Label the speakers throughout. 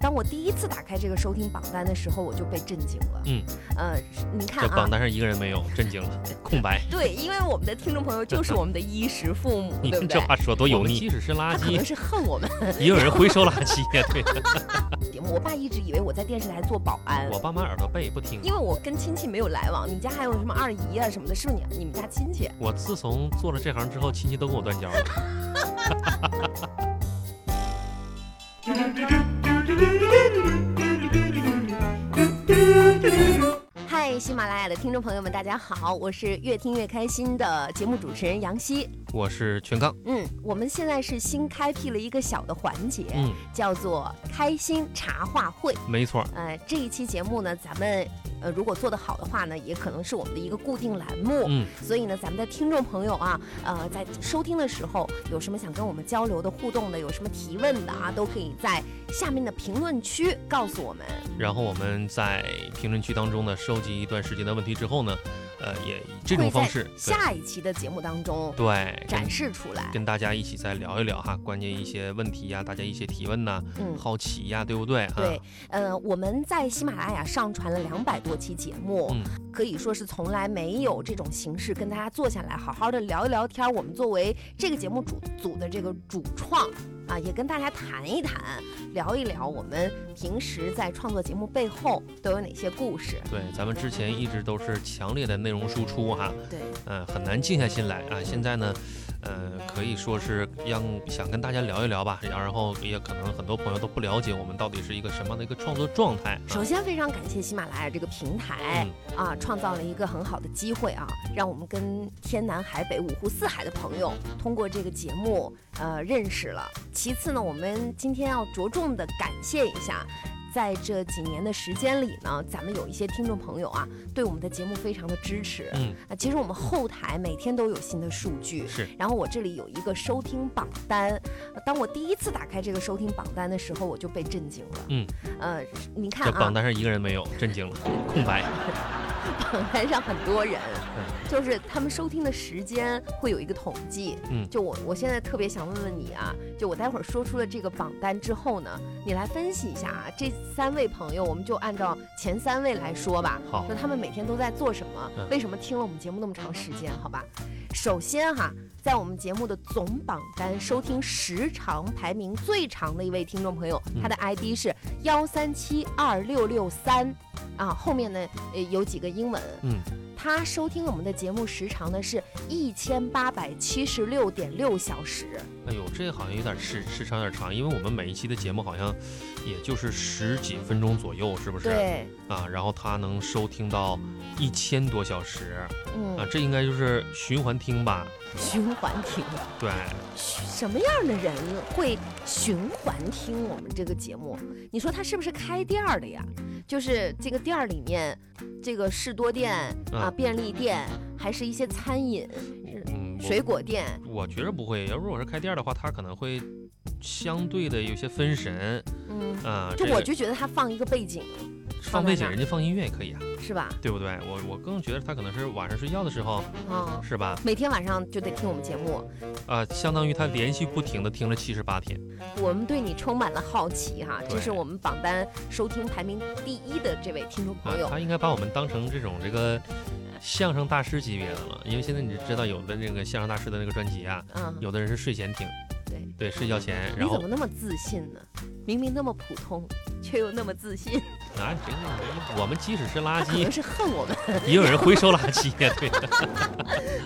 Speaker 1: 当我第一次打开这个收听榜单的时候，我就被震惊了。
Speaker 2: 嗯，
Speaker 1: 呃，你看
Speaker 2: 这
Speaker 1: 啊
Speaker 2: 榜，单上一个人没有，震惊了，空白。
Speaker 1: 对，因为我们的听众朋友就是我们的衣食父母，
Speaker 2: 你
Speaker 1: 对不
Speaker 2: 这
Speaker 1: 对？
Speaker 2: 话说多
Speaker 1: 我
Speaker 2: 油
Speaker 1: 们
Speaker 2: 腻，即使是垃
Speaker 1: 他可能
Speaker 2: 圾，
Speaker 1: 是恨我们。
Speaker 2: 也有人回收垃 圾呀。对，
Speaker 1: 我爸一直以为我在电视台做保安，
Speaker 2: 我爸妈耳朵背不听。
Speaker 1: 因为我跟亲戚没有来往。你家还有什么二姨啊什么的，是不是你你们家亲戚？
Speaker 2: 我自从做了这行之后，亲戚都跟我断交了。
Speaker 1: 嗨，喜马拉雅的听众朋友们，大家好，我是越听越开心的节目主持人杨希。
Speaker 2: 我是全刚，
Speaker 1: 嗯，我们现在是新开辟了一个小的环节，
Speaker 2: 嗯，
Speaker 1: 叫做开心茶话会。
Speaker 2: 没错儿，
Speaker 1: 呃，这一期节目呢，咱们呃如果做得好的话呢，也可能是我们的一个固定栏目。
Speaker 2: 嗯，
Speaker 1: 所以呢，咱们的听众朋友啊，呃，在收听的时候有什么想跟我们交流的、互动的，有什么提问的啊，都可以在下面的评论区告诉我们。
Speaker 2: 然后我们在评论区当中呢，收集一段时间的问题之后呢，呃，也以这
Speaker 1: 会
Speaker 2: 种
Speaker 1: 在
Speaker 2: 方式，对
Speaker 1: 下一期的节目当中
Speaker 2: 对，
Speaker 1: 展
Speaker 2: 跟
Speaker 1: 示出来。
Speaker 2: 跟大家一起再聊一聊哈，关键一些问题呀，大家一些提问呐，
Speaker 1: 嗯，
Speaker 2: 好奇呀，对不对啊？
Speaker 1: 对，呃，我们在喜马拉雅上传了两百多期节目，
Speaker 2: 嗯
Speaker 1: 可以说是从来没有这种形式跟大家坐下来好好的聊一聊天儿。我们作为这个节目主组的这个主创啊，也跟大家谈一谈，聊一聊我们平时在创作节目背后都有哪些故事。
Speaker 2: 对，咱们之前一直都是强烈的内容输出哈，
Speaker 1: 对，
Speaker 2: 嗯，很难静下心来啊。现在呢，呃，可以说是让想跟大家聊一聊吧，然后也可能很多朋友都不了解我们到底是一个什么样的一个创作状态、啊。
Speaker 1: 首先非常感谢喜马拉雅这个平台、
Speaker 2: 嗯
Speaker 1: 啊，创造了一个很好的机会啊，让我们跟天南海北、五湖四海的朋友通过这个节目呃认识了。其次呢，我们今天要着重的感谢一下。在这几年的时间里呢，咱们有一些听众朋友啊，对我们的节目非常的支持。
Speaker 2: 嗯，
Speaker 1: 啊，其实我们后台每天都有新的数据，
Speaker 2: 是
Speaker 1: 然后我这里有一个收听榜单，呃当我第一次打开这个收听榜单的时候，我就被震惊了。
Speaker 2: 嗯，
Speaker 1: 呃，你看
Speaker 2: 这
Speaker 1: 啊
Speaker 2: 榜，单上一个人没有，震惊了，空白。
Speaker 1: 榜单上很多人，
Speaker 2: 嗯
Speaker 1: 就是他们收听的时间会有一个统计。
Speaker 2: 嗯
Speaker 1: 就我我现在特别想问问你啊，就我待会儿说出了这个榜单之后呢，你来分析一下啊，这三位朋友，我们就按照前三位来说吧。
Speaker 2: 好
Speaker 1: 就他们每天都在做什么？
Speaker 2: 嗯
Speaker 1: 为什么听了我们节目那么长时间？好吧，首先哈，在我们节目的总榜单收听时长排名最长的一位听众朋友，
Speaker 2: 嗯
Speaker 1: 他的 ID 是幺三七二六六三，啊，后面呢呃有几个英文，
Speaker 2: 嗯，
Speaker 1: 他收听我们的节目时长呢是一千八百七十六点六小时，
Speaker 2: 哎呦，这好像有点时时长有点长，因为我们每一期的节目好像也就是十几分钟左右，是不是？
Speaker 1: 对，
Speaker 2: 啊，然后他能收听到一千多小时啊
Speaker 1: 嗯，，
Speaker 2: 这应该就是循环听吧？
Speaker 1: 循环听，
Speaker 2: 对，
Speaker 1: 什么样的人会循环听我们这个节目？你说他是不是开店儿的呀？就是这个店儿里面，这个士多店啊、
Speaker 2: 嗯
Speaker 1: 便利店，还是一些餐饮、
Speaker 2: 嗯，我
Speaker 1: 水果店，
Speaker 2: 我觉着不会，要如果是开店的话，他可能会相对的有些分神
Speaker 1: 嗯，
Speaker 2: 啊。
Speaker 1: 就
Speaker 2: 这个
Speaker 1: 我就觉得他放一个背景
Speaker 2: 放背景，人家放音乐也可以啊，
Speaker 1: 是吧？
Speaker 2: 对不对？我我更觉得他可能是晚上睡觉的时候，
Speaker 1: 啊、
Speaker 2: 是吧？
Speaker 1: 每天晚上就得听我们节目，
Speaker 2: 啊，相当于他连续不停的听了七十八天。
Speaker 1: 我们对你充满了好奇哈，
Speaker 2: 对
Speaker 1: 这是我们榜单收听排名第一的这位听众
Speaker 2: 啊
Speaker 1: 朋友，，
Speaker 2: 他应该把我们当成这种这个相声大师级别的了，因为现在你知道有的那个相声大师的那个专辑啊，
Speaker 1: 嗯，
Speaker 2: 有的人是睡前听，
Speaker 1: 对，
Speaker 2: 对，睡觉前，
Speaker 1: 你
Speaker 2: 然
Speaker 1: 怎
Speaker 2: 后
Speaker 1: 么那么自信呢？明明那么普通，却又那么自信，
Speaker 2: 啊，这个我们即使是
Speaker 1: 他
Speaker 2: 垃
Speaker 1: 可能
Speaker 2: 圾，
Speaker 1: 是恨我 们
Speaker 2: 也有人回收垃圾呀， 对，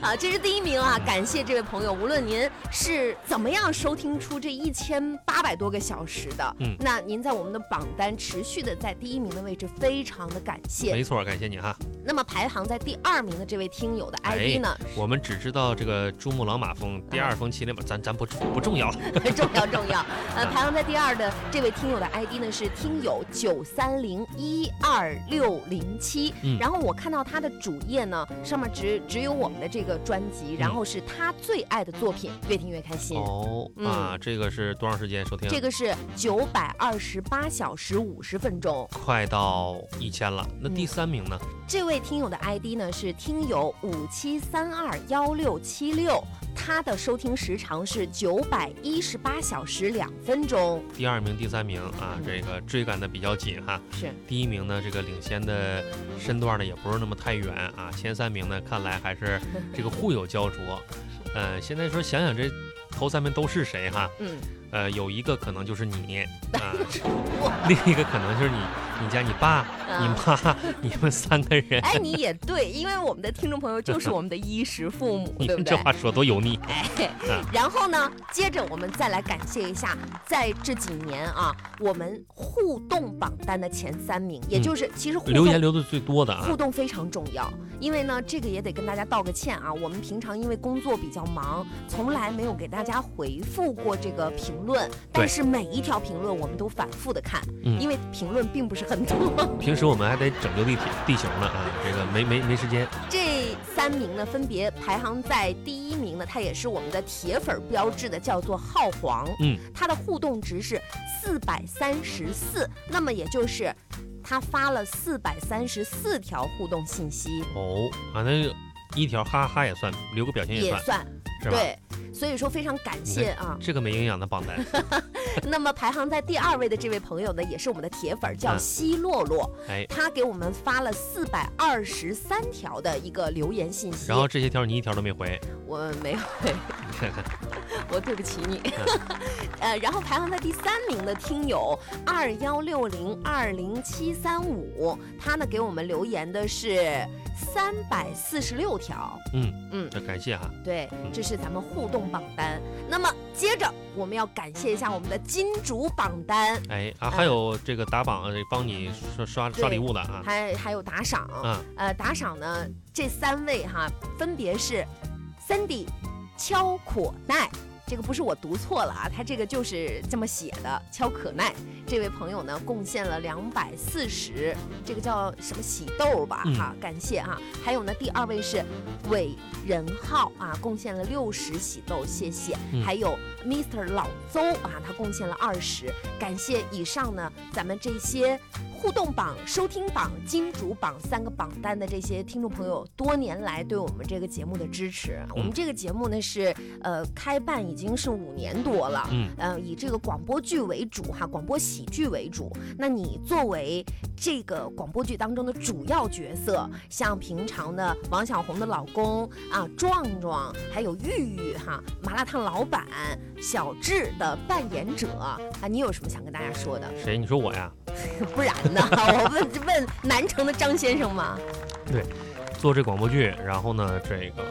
Speaker 1: 啊！这是第一名啊，
Speaker 2: 嗯
Speaker 1: 感谢这位朋友，无论您是怎么样收听出这一千八百多个小时的，
Speaker 2: 嗯
Speaker 1: 那您在我们的榜单持续的在第一名的位置，非常的感谢。
Speaker 2: 没错，感谢你哈。
Speaker 1: 那么排行在第二名的这位听友的
Speaker 2: 哎
Speaker 1: ID 呢？
Speaker 2: 我们只知道这个珠穆朗玛峰第二峰麒麟，咱咱不不重要了。
Speaker 1: 重要重要。呃，排行在第二的这位听友的 ID 呢是听友九三零一二六零七
Speaker 2: 嗯，
Speaker 1: 然后我看到他的主页呢，上面只只有我们的这个专辑，然后是他最爱的作品，越听越开心。
Speaker 2: 哦
Speaker 1: 嗯
Speaker 2: 啊，这个是多长时间收听？
Speaker 1: 这个是九百二十八小时五十分钟。
Speaker 2: 快到一千了。
Speaker 1: 嗯
Speaker 2: 那第三名呢？
Speaker 1: 这位听友的 ID 呢是听友五七三二幺六七六，他的收听时长是九百一十八小时两分钟。
Speaker 2: 第二名、第三名啊，
Speaker 1: 嗯
Speaker 2: 这个这追赶的比较紧哈。
Speaker 1: 是
Speaker 2: 第一名呢，这个领先的身段呢也不是那么太远啊。前三名呢，看来还是这个互有焦灼。呃，现在说想想这头三名都是谁哈？
Speaker 1: 嗯，
Speaker 2: 呃，有一个可能就是 你啊，另一个可能就是你、你家、你爸、你
Speaker 1: 啊
Speaker 2: 妈， 你们三个 人。
Speaker 1: 哎，你也对，因为我们的听众朋友就是我们的衣食父母，
Speaker 2: 你
Speaker 1: 对不
Speaker 2: 看这
Speaker 1: 对？
Speaker 2: 话说多油腻，
Speaker 1: 哎
Speaker 2: 啊，
Speaker 1: 然后呢，接着我们再来感谢一下，在这几年啊，我们互动榜单的前三名，也就是其实互
Speaker 2: 嗯留
Speaker 1: 动。
Speaker 2: 言留的最多的啊
Speaker 1: 互，动非常重要，因为呢，这个也得跟大家道个歉啊。我们平常因为工作比较忙，从来没有给大家回复过这个评论，但是每一条评论我们都反复的看，
Speaker 2: 嗯
Speaker 1: 因为评论并不是很多。
Speaker 2: 平时我们还得拯救地铁地形呢啊，这个没没没时间。
Speaker 1: 这三名呢，分别排行在第一名呢，它也是我们的铁粉标志的，叫做浩皇，
Speaker 2: 嗯，
Speaker 1: 它的互动值是四百三十四，那么也就是他发了四百三十四条互动信息，
Speaker 2: 哦啊，那一条哈哈也算，留个表情也
Speaker 1: 也
Speaker 2: 算，
Speaker 1: 算
Speaker 2: 是吧？
Speaker 1: 对，所以说非常感谢啊。
Speaker 2: 这个没营养的榜 单，嗯
Speaker 1: 那么排行在第二位的这位朋友呢，也是我们的铁粉，叫
Speaker 2: 嗯
Speaker 1: 西洛洛，
Speaker 2: 哎，
Speaker 1: 他给我们发了四百二十三条的一个留言信息，
Speaker 2: 然后这些条你一条都没回，
Speaker 1: 我没有。
Speaker 2: 你看看，
Speaker 1: 我对不起你。 呃，然后排行在第三名的听友二幺六零二零七三五，他呢给我们留言的是三百四十六条。
Speaker 2: 嗯
Speaker 1: 嗯，
Speaker 2: 这感谢哈、
Speaker 1: 对
Speaker 2: 嗯，
Speaker 1: 这是咱们互动榜单。那么接着我们要感谢一下我们的金主榜单，
Speaker 2: 哎啊，还有这个打榜呃帮你刷刷刷礼物的啊，
Speaker 1: 还还有打赏。
Speaker 2: 啊，
Speaker 1: 呃，打赏呢这三位哈，分别是 Sandy、敲可奈，这个不是我读错了啊，他这个就是这么写的，敲可奈这位朋友呢贡献了两百四十，这个叫什么喜豆吧
Speaker 2: 嗯
Speaker 1: 哈，感谢哈、还有呢，第二位是韦仁浩啊，贡献了六十喜豆，谢谢。
Speaker 2: 嗯
Speaker 1: 还有 Mr 老邹啊，他贡献了二十，感谢以上呢咱们这些互动榜、收听榜、金主榜三个榜单的这些听众朋友多年来对我们这个节目的支持。
Speaker 2: 嗯
Speaker 1: 我们这个节目呢是呃开办已经是五年多了。
Speaker 2: 嗯，
Speaker 1: 呃，以这个广播剧为主哈，广播喜剧为主。那你作为这个广播剧当中的主要角色，像平常的王小红的老公啊，壮壮，还有玉玉哈，麻辣烫老板小智的扮演者啊，你有什么想跟大家说的？
Speaker 2: 谁？你说我呀？
Speaker 1: 不然呢？ 我问问南城的张先生嘛。
Speaker 2: 做这广播剧，然后呢，这个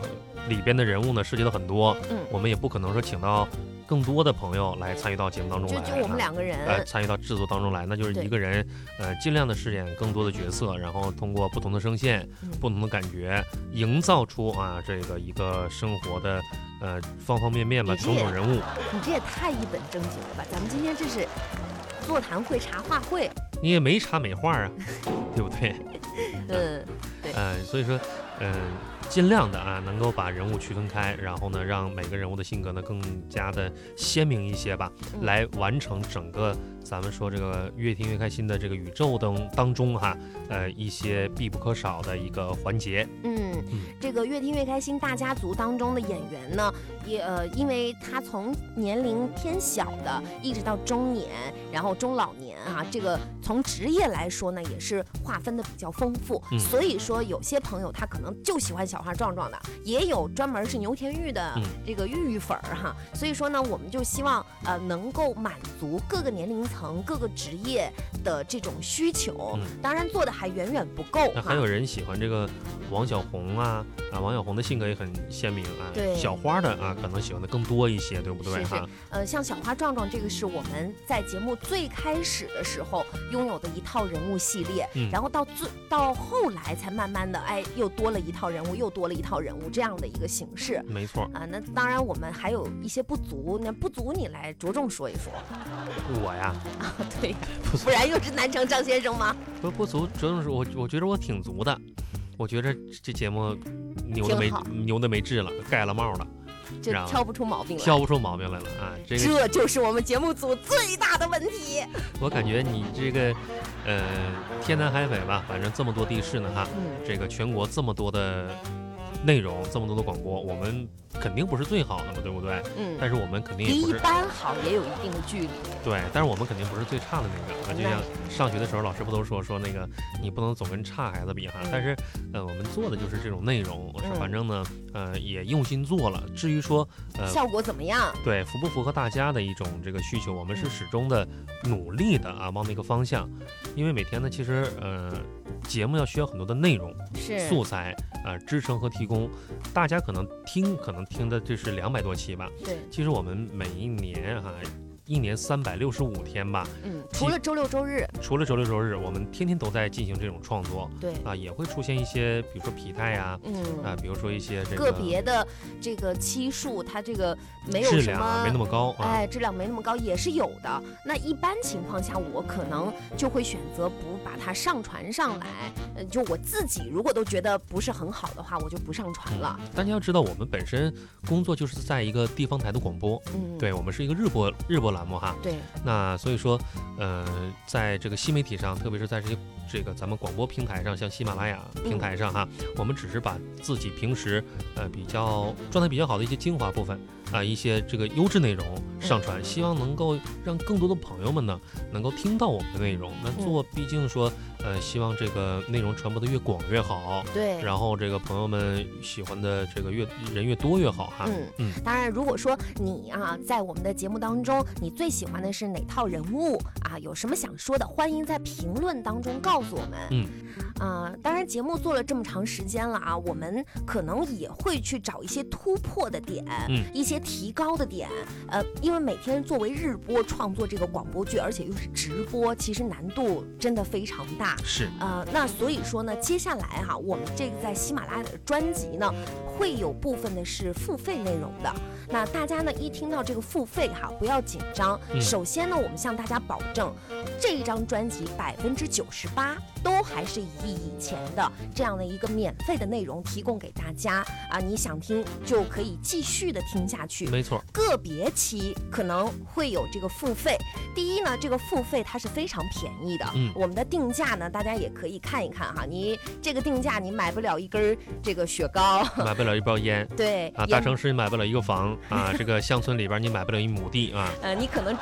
Speaker 2: 里边的人物呢涉及到很多，
Speaker 1: 嗯
Speaker 2: 我们也不可能说请到更多的朋友来参与到节目当中
Speaker 1: 就
Speaker 2: 来，
Speaker 1: 就我们
Speaker 2: 啊
Speaker 1: 两个人，
Speaker 2: 呃，参与到制作当中来，那就是
Speaker 1: 对
Speaker 2: 一个人，呃，尽量的饰演更多的角色，然后通过不同的声线、
Speaker 1: 嗯
Speaker 2: 不同的感觉，营造出啊这个一个生活的，呃，方方面面吧，
Speaker 1: 你这
Speaker 2: 种种人物。
Speaker 1: 你这也太一本正经了吧？咱们今天这是座谈会、茶话会，
Speaker 2: 你也没啥美化 啊，对不对？
Speaker 1: 嗯，
Speaker 2: 呃，所以说，嗯、尽量的啊，能够把人物区分开，然后呢，让每个人物的性格呢更加的鲜明一些吧，
Speaker 1: 嗯
Speaker 2: 来完成整个咱们说这个越听越开心的这个宇宙当当中哈，呃，一些必不可少的一个环节。
Speaker 1: 嗯
Speaker 2: 嗯，
Speaker 1: 这个《越听越开心》大家族当中的演员呢，也呃，因为他从年龄偏小的，一直到中年，然后中老年啊，
Speaker 2: 嗯
Speaker 1: 这个从职业来说呢，也是划分的比较丰富。
Speaker 2: 嗯
Speaker 1: 所以说，有些朋友他可能就喜欢小花壮壮的，也有专门是牛田玉的
Speaker 2: 嗯
Speaker 1: 这个玉玉粉儿哈。所以说呢，我们就希望呃能够满足各个年龄层、各个职业的这种需求。
Speaker 2: 嗯
Speaker 1: 当然，做的还远远不够
Speaker 2: 那
Speaker 1: 哈
Speaker 2: 还。有人喜欢这个王小红啊啊，王小红的性格也很鲜明啊，
Speaker 1: 对
Speaker 2: 小花的啊，可能喜欢的更多一些，对不对
Speaker 1: 是是
Speaker 2: 哈？
Speaker 1: 呃，像小花壮壮这个是我们在节目最开始的时候拥有的一套人物系列，
Speaker 2: 嗯
Speaker 1: 然后到最到后来才慢慢的，哎，又多了一套人物，又多了一套人物这样的一个形式
Speaker 2: 没错，
Speaker 1: 啊、那当然我们还有一些不足，那不足你来着重说一说。
Speaker 2: 我呀，
Speaker 1: 对呀、
Speaker 2: 不足
Speaker 1: 不然又是南城张先生吗？
Speaker 2: 不不足，主要是我我觉得我挺足的，我觉着这节目牛的
Speaker 1: 挺
Speaker 2: 没
Speaker 1: 好
Speaker 2: 牛的没治了，盖了帽了，
Speaker 1: 就
Speaker 2: 然后
Speaker 1: 挑不出毛病来。
Speaker 2: 挑不出毛病来了啊！这个
Speaker 1: 这就是我们节目组最大的问题。
Speaker 2: 我感觉你这个呃天南海北吧，反正这么多地市呢哈，
Speaker 1: 嗯，
Speaker 2: 这个全国这么多的内容，这么多的广播，我们肯定不是最好的嘛，对不对？
Speaker 1: 嗯，
Speaker 2: 但是我们肯定
Speaker 1: 离
Speaker 2: 也不
Speaker 1: 一
Speaker 2: 是
Speaker 1: 般好也有一定的距离。
Speaker 2: 对，但是我们肯定不是最差的那个啊。就像上学的时候，老师不都说说那个你不能总跟差孩子比哈
Speaker 1: 嗯。
Speaker 2: 但是呃，我们做的就是这种内容，是
Speaker 1: 嗯
Speaker 2: 反正呢呃也用心做了。至于说呃
Speaker 1: 效果怎么样？
Speaker 2: 对符不符合大家的一种这个需求，我们是
Speaker 1: 嗯
Speaker 2: 始终的努力的啊，往那个方向。因为每天呢，其实呃节目要需要很多的内容。
Speaker 1: 是
Speaker 2: 素材呃支撑和提供。大家可能听，可能听的这是两百多期吧。
Speaker 1: 对，
Speaker 2: 其实我们每一年哈、一年三百六十五天吧，
Speaker 1: 嗯，除了周六周日，
Speaker 2: 除了周六周日，我们天天都在进行这种创作
Speaker 1: 对，
Speaker 2: 啊，也会出现一些，比如说疲态呀、啊，
Speaker 1: 嗯，
Speaker 2: 比如说一些这
Speaker 1: 个
Speaker 2: 个
Speaker 1: 别的这个期数，它这个没有
Speaker 2: 质
Speaker 1: 什
Speaker 2: 量啊没那
Speaker 1: 么。
Speaker 2: 么高啊。
Speaker 1: 哎，质量没那么高也是有的。那一般情况下，我可能就会选择不把它上传上来。呃，就我自己如果都觉得不是很好的话，我就不上传了。
Speaker 2: 大家要知道，我们本身工作就是在一个地方台的广播，
Speaker 1: 嗯，
Speaker 2: 对我们是一个日播日播栏目哈。
Speaker 1: 对，
Speaker 2: 那所以说，呃，在这个新媒体上，特别是在这些这个咱们广播平台上，像喜马拉雅平台上哈，我们只是把自己平时呃比较状态比较好的一些精华部分啊、一些这个优质内容上传，希望能够让更多的朋友们呢能够听到我们的内容。那做毕竟说，呃，希望这个内容传播的越广越好，
Speaker 1: 对，
Speaker 2: 然后这个朋友们喜欢的这个越人越多越好哈。
Speaker 1: 嗯
Speaker 2: 嗯
Speaker 1: 当然，如果说你啊，在我们的节目当中，你最喜欢的是哪套人物啊？有什么想说的，欢迎在评论当中告诉我们。
Speaker 2: 嗯，
Speaker 1: 啊，当然，节目做了这么长时间了啊，我们可能也会去找一些突破的点，
Speaker 2: 嗯
Speaker 1: 一些提高的点。呃，因为每天作为日播创作这个广播剧，而且又是直播，其实难度真的非常大。
Speaker 2: 是，
Speaker 1: 呃，那所以说呢，接下来哈、我们这个在喜马拉雅的专辑呢，会有部分的是付费内容的。那大家呢，一听到这个付费哈、不要紧张。
Speaker 2: 嗯
Speaker 1: 首先呢，我们向大家保证，这一张专辑百分之九十八都还是以以前的这样的一个免费的内容提供给大家啊，你想听就可以继续的听下去。
Speaker 2: 没错。
Speaker 1: 个别期可能会有这个付费。第一呢，这个付费它是非常便宜的，
Speaker 2: 嗯
Speaker 1: 我们的定价呢，大家也可以看一看哈。你这个定价你买不了一根儿这个雪糕，
Speaker 2: 买不了一包烟。
Speaker 1: 对，
Speaker 2: 啊，
Speaker 1: 也
Speaker 2: 大城市你买不了一个房啊，这个乡村里边你买不了一亩地啊，
Speaker 1: 呃，你可能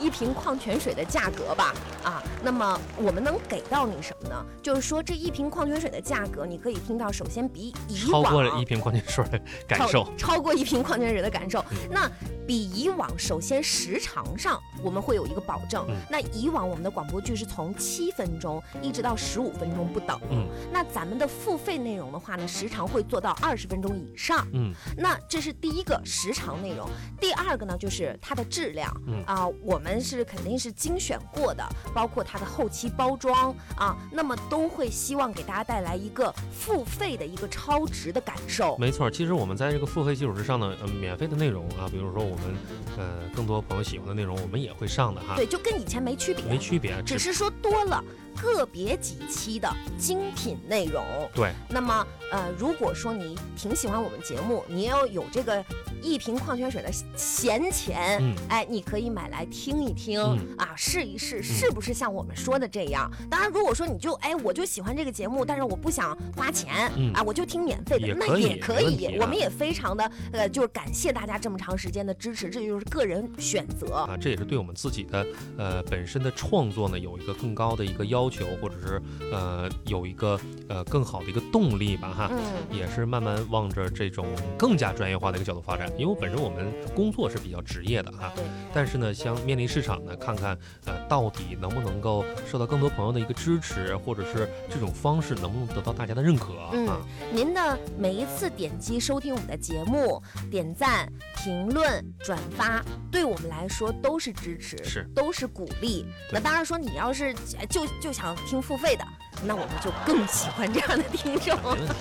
Speaker 1: 一瓶矿泉水的价格吧，啊，那么我们能给到你什么呢？就是说这一瓶矿泉水的价格，你可以听到，首先比以
Speaker 2: 超
Speaker 1: 往
Speaker 2: 过了一瓶矿泉水的感受。
Speaker 1: 超超过一瓶矿泉水的感受
Speaker 2: 嗯。
Speaker 1: 那比以往，首先时长上我们会有一个保证。
Speaker 2: 嗯
Speaker 1: 那以往我们的广播剧是从七分钟一直到十五分钟不等。
Speaker 2: 嗯
Speaker 1: 那咱们的付费内容的话呢，时长会做到二十分钟以上。
Speaker 2: 嗯，
Speaker 1: 那这是第一个时长内容，第二个呢就是它的质量，啊、
Speaker 2: 嗯
Speaker 1: 我们是肯定是精选过的，包括它的后期包装啊，那么都会希望给大家带来一个付费的一个超值的感受。
Speaker 2: 没错。其实我们在这个付费基础之上呢，呃，免费的内容啊，比如说我们呃更多朋友喜欢的内容，我们也会上的哈，
Speaker 1: 对，就跟以前没区别，
Speaker 2: 啊没区别，啊
Speaker 1: 只是说多了个别几期的精品内容。
Speaker 2: 对，
Speaker 1: 那么呃，如果说你挺喜欢我们节目，你要有这个一瓶矿泉水的闲钱，
Speaker 2: 嗯
Speaker 1: 哎，你可以买来听一听、
Speaker 2: 嗯
Speaker 1: 啊，试一试是不是像我们说的这样。当然，如果说你就哎，我就喜欢这个节目，但是我不想花钱、
Speaker 2: 嗯
Speaker 1: 啊，我就听免费的
Speaker 2: 也，
Speaker 1: 那
Speaker 2: 可以
Speaker 1: 也可
Speaker 2: 没问
Speaker 1: 以
Speaker 2: 题。
Speaker 1: 我
Speaker 2: 啊
Speaker 1: 们也非常的呃，就是感谢大家这么长时间的支持，这就是个人选择。
Speaker 2: 啊，这也是对我们自己的呃本身的创作呢有一个更高的一个要求，或者是呃有一个呃更好的一个动力吧哈。
Speaker 1: 嗯。
Speaker 2: 也是慢慢望着这种更加专业化的一个角度发展。因为本身我们工作是比较职业的啊
Speaker 1: 对，
Speaker 2: 但是呢，像面临市场呢，看看呃到底能不能够受到更多朋友的一个支持，或者是这种方式能不能得到大家的认可啊？
Speaker 1: 嗯您的每一次点击收听我们的节目、点赞、评论、转发，对我们来说都是支持，
Speaker 2: 是
Speaker 1: 都是鼓励。那
Speaker 2: 对
Speaker 1: 当然说，你要是哎就就想听付费的，那我们就更喜欢这样的听众。
Speaker 2: 没问题。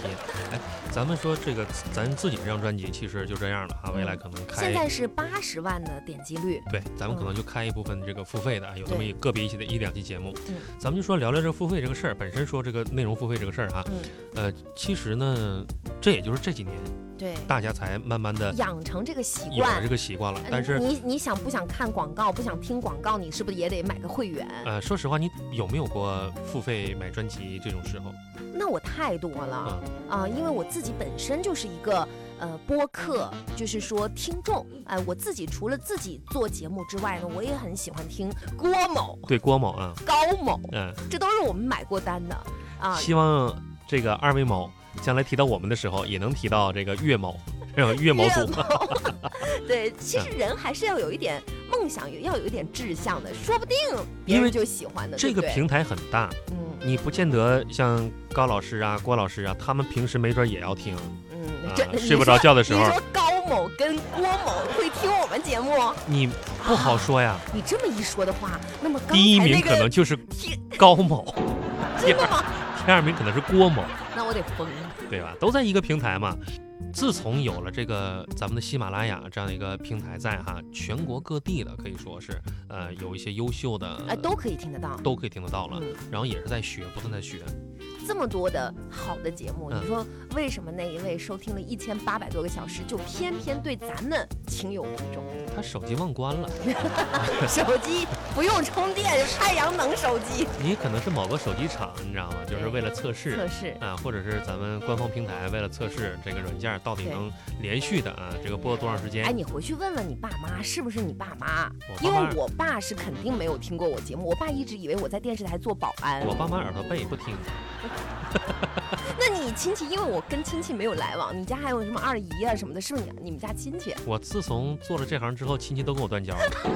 Speaker 2: 哎，咱们说这个咱自己这张专辑其实就这样了啊，未来可能
Speaker 1: 嗯现
Speaker 2: 开。
Speaker 1: 在是八十万的点击率，
Speaker 2: 对，咱们可能就开一部分这个付费的啊，有那
Speaker 1: 嗯
Speaker 2: 么
Speaker 1: 对
Speaker 2: 一个别一些的一两期节目
Speaker 1: 嗯，
Speaker 2: 咱们就说聊聊这个付费这个事儿。本身说这个内容付费这个事儿哈，
Speaker 1: 嗯，
Speaker 2: 呃，其实呢，这也就是这几年
Speaker 1: 对，
Speaker 2: 大家才慢慢的
Speaker 1: 养成这个习
Speaker 2: 有了
Speaker 1: 惯
Speaker 2: 这。个习惯了。但
Speaker 1: 嗯
Speaker 2: 是，
Speaker 1: 你你想不想看广告，不想听广告，你是不是也得买个会员？
Speaker 2: 呃，说实话，你有没有过付费买专辑这种时候？
Speaker 1: 那我太多了啊、
Speaker 2: 嗯
Speaker 1: 因为我自己本身就是一个呃播客，就是说听众。哎、我自己除了自己做节目之外呢，我也很喜欢听郭某、
Speaker 2: 对郭某啊，
Speaker 1: 高某，
Speaker 2: 嗯，
Speaker 1: 这都是我们买过单的啊。
Speaker 2: 希望这个二位某将来提到我们的时候，也能提到这个岳某，然后岳某组。啊
Speaker 1: 对，
Speaker 2: 嗯
Speaker 1: 其实人还是要有一点梦想，有要有一点志向的，说不定别
Speaker 2: 因
Speaker 1: 人
Speaker 2: 为
Speaker 1: 就喜欢的。
Speaker 2: 这
Speaker 1: 对不
Speaker 2: 个
Speaker 1: 对
Speaker 2: 平台很大，
Speaker 1: 嗯
Speaker 2: 你不见得像高老师啊、郭老师啊，他们平时没准也要听。
Speaker 1: 嗯，
Speaker 2: 啊
Speaker 1: 真的、你
Speaker 2: 睡不着
Speaker 1: 说
Speaker 2: 觉的时候
Speaker 1: 你说高某跟郭某会听我们节目？
Speaker 2: 你不好说呀，
Speaker 1: 你这么一说的话，那么刚才
Speaker 2: 第一名
Speaker 1: 那
Speaker 2: 可
Speaker 1: 个
Speaker 2: 能就是
Speaker 1: 听
Speaker 2: 高某，第
Speaker 1: 真的
Speaker 2: 二
Speaker 1: 吗？
Speaker 2: 第二名可能是郭某，
Speaker 1: 那我得疯。
Speaker 2: 对吧？都在一个平台嘛。自从有了这个咱们的喜马拉雅这样的一个平台在哈，全国各地的可以说是呃有一些优秀的
Speaker 1: 哎，都可以听得到。
Speaker 2: 都呃可以听得到了，
Speaker 1: 嗯，
Speaker 2: 然后也是在学，不断在学。
Speaker 1: 这么多的好的节目，
Speaker 2: 嗯
Speaker 1: 你说为什么那一位收听了一千八百多个小时，就偏偏对咱们情有独 钟？
Speaker 2: 他手机忘关了，
Speaker 1: 手机不用充电，有太阳能手机
Speaker 2: 也可能是某个手机厂，你知道吗？就是为了测试
Speaker 1: 测试。
Speaker 2: 啊，或者是咱们官方平台为了测试这个软件到底
Speaker 1: 对
Speaker 2: 能连续的啊，这个播多长时间
Speaker 1: 哎，？你回去问问你爸妈是不是你爸妈，
Speaker 2: 我
Speaker 1: 因
Speaker 2: 爸妈
Speaker 1: 为我爸是肯定没有听过我节目，我爸一直以为我在电视台做保安。
Speaker 2: 我爸妈耳朵背不听，
Speaker 1: 那你亲戚，因为我跟亲戚没有来往，你家还有什么二姨啊什么的，是不是你你们家亲戚？
Speaker 2: 我自从做了这行之后，亲戚都跟我断交了。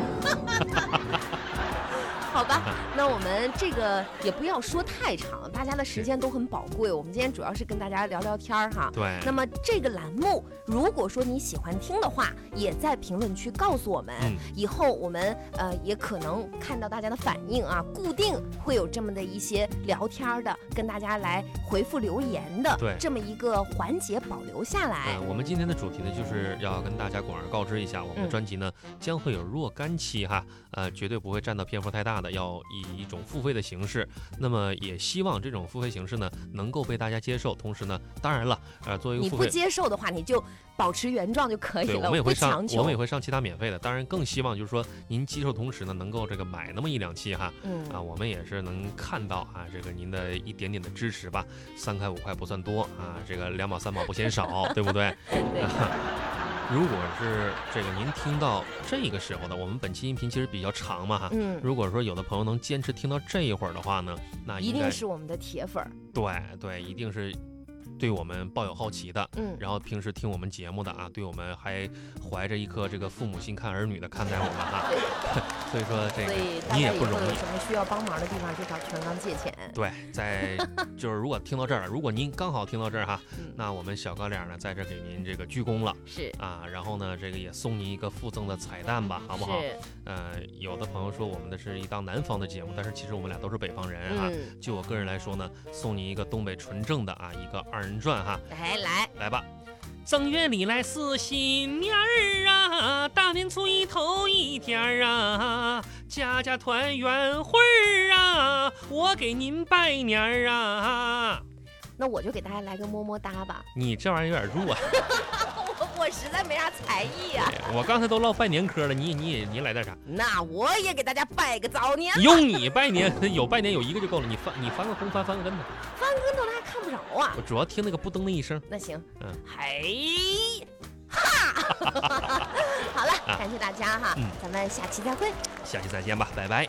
Speaker 1: 好 吧，那我们这个也不要说太长，大家的时间都很宝贵。我们今天主要是跟大家聊聊天儿哈。
Speaker 2: 对，
Speaker 1: 那么这个栏目，如果说你喜欢听的话，也在评论区告诉我们。
Speaker 2: 嗯
Speaker 1: 以后我们呃也可能看到大家的反应啊，固定会有这么的一些聊天儿的，跟大家来回复留言的，
Speaker 2: 对
Speaker 1: 这么一个环节保留下来。
Speaker 2: 呃，我们今天的主题呢，就是要跟大家广而告之一下，我们
Speaker 1: 嗯
Speaker 2: 的专辑呢将会有若干期哈，呃，绝对不会占到篇幅太大的，要以一种付费的形式。那么也希望这种付费形式呢能够被大家接受，同时呢，当然了，呃，作为一
Speaker 1: 你
Speaker 2: 个付
Speaker 1: 不
Speaker 2: 费。
Speaker 1: 接受的话，你就保持原状就可以
Speaker 2: 对，
Speaker 1: 了，
Speaker 2: 我们也
Speaker 1: 不
Speaker 2: 会上
Speaker 1: 强，求。
Speaker 2: 我们也会上其他免费的。当然，更希望就是说您接受同时呢，能够这个买那么一两期哈，
Speaker 1: 嗯
Speaker 2: 啊，我们也是能看到啊，这个您的一点点的支持吧，三块五块不算多啊，这个两毛三毛不嫌少，对不对？
Speaker 1: 对
Speaker 2: 如果是这个您听到这个时候的，我们本期音频其实比较长嘛哈。
Speaker 1: 嗯，
Speaker 2: 如果说有的朋友能坚持听到这一会儿的话呢，那
Speaker 1: 一
Speaker 2: 啊应
Speaker 1: 定
Speaker 2: 该
Speaker 1: 是我们的铁粉儿。
Speaker 2: 对对，一定是对我们抱有好奇的，
Speaker 1: 嗯，
Speaker 2: 然后平时听我们节目的啊，对我们还怀着一颗这个父母心看儿女的看待我们啊， 所以说这
Speaker 1: 所
Speaker 2: 个。
Speaker 1: 以大
Speaker 2: 你
Speaker 1: 家
Speaker 2: 也
Speaker 1: 以
Speaker 2: 不
Speaker 1: 后
Speaker 2: 容
Speaker 1: 有
Speaker 2: 易
Speaker 1: 什么需要帮忙的地方，就找全刚借钱。
Speaker 2: 对，在就是如果听到这儿了，如果您刚好听到这儿哈，
Speaker 1: 嗯，
Speaker 2: 那我们小高脸呢在这给您这个鞠躬了
Speaker 1: 是
Speaker 2: 啊，然后呢这个也送您一个附赠的彩蛋吧，好不好？
Speaker 1: 是，
Speaker 2: 呃，有的朋友说我们的是一档南方的节目，但是其实我们俩都是北方人啊。
Speaker 1: 嗯，
Speaker 2: 就我个人来说呢，送您一个东北纯正的啊一个二人转哈，
Speaker 1: 来来，
Speaker 2: 来吧。正月里来是新年儿啊，大年初一头一天儿啊，家家团圆会儿啊，我给您拜年儿啊。
Speaker 1: 那我就给大家来个么么哒吧。
Speaker 2: 你这玩意儿有点弱啊！
Speaker 1: 我我实在没啥才艺啊，
Speaker 2: 我刚才都唠拜年嗑了，你你你来点啥？
Speaker 1: 那我也给大家拜个早年。
Speaker 2: 用你拜年 有拜年有一个就够了，你翻你翻个红翻翻个跟头。
Speaker 1: 翻跟头大家看不着啊
Speaker 2: 我。主要听那个不噔的一声。
Speaker 1: 那行，
Speaker 2: 嗯，
Speaker 1: 嘿， 哈，好了，感谢大家哈
Speaker 2: 嗯，
Speaker 1: 咱们下期再会。
Speaker 2: 下期再见吧，拜拜。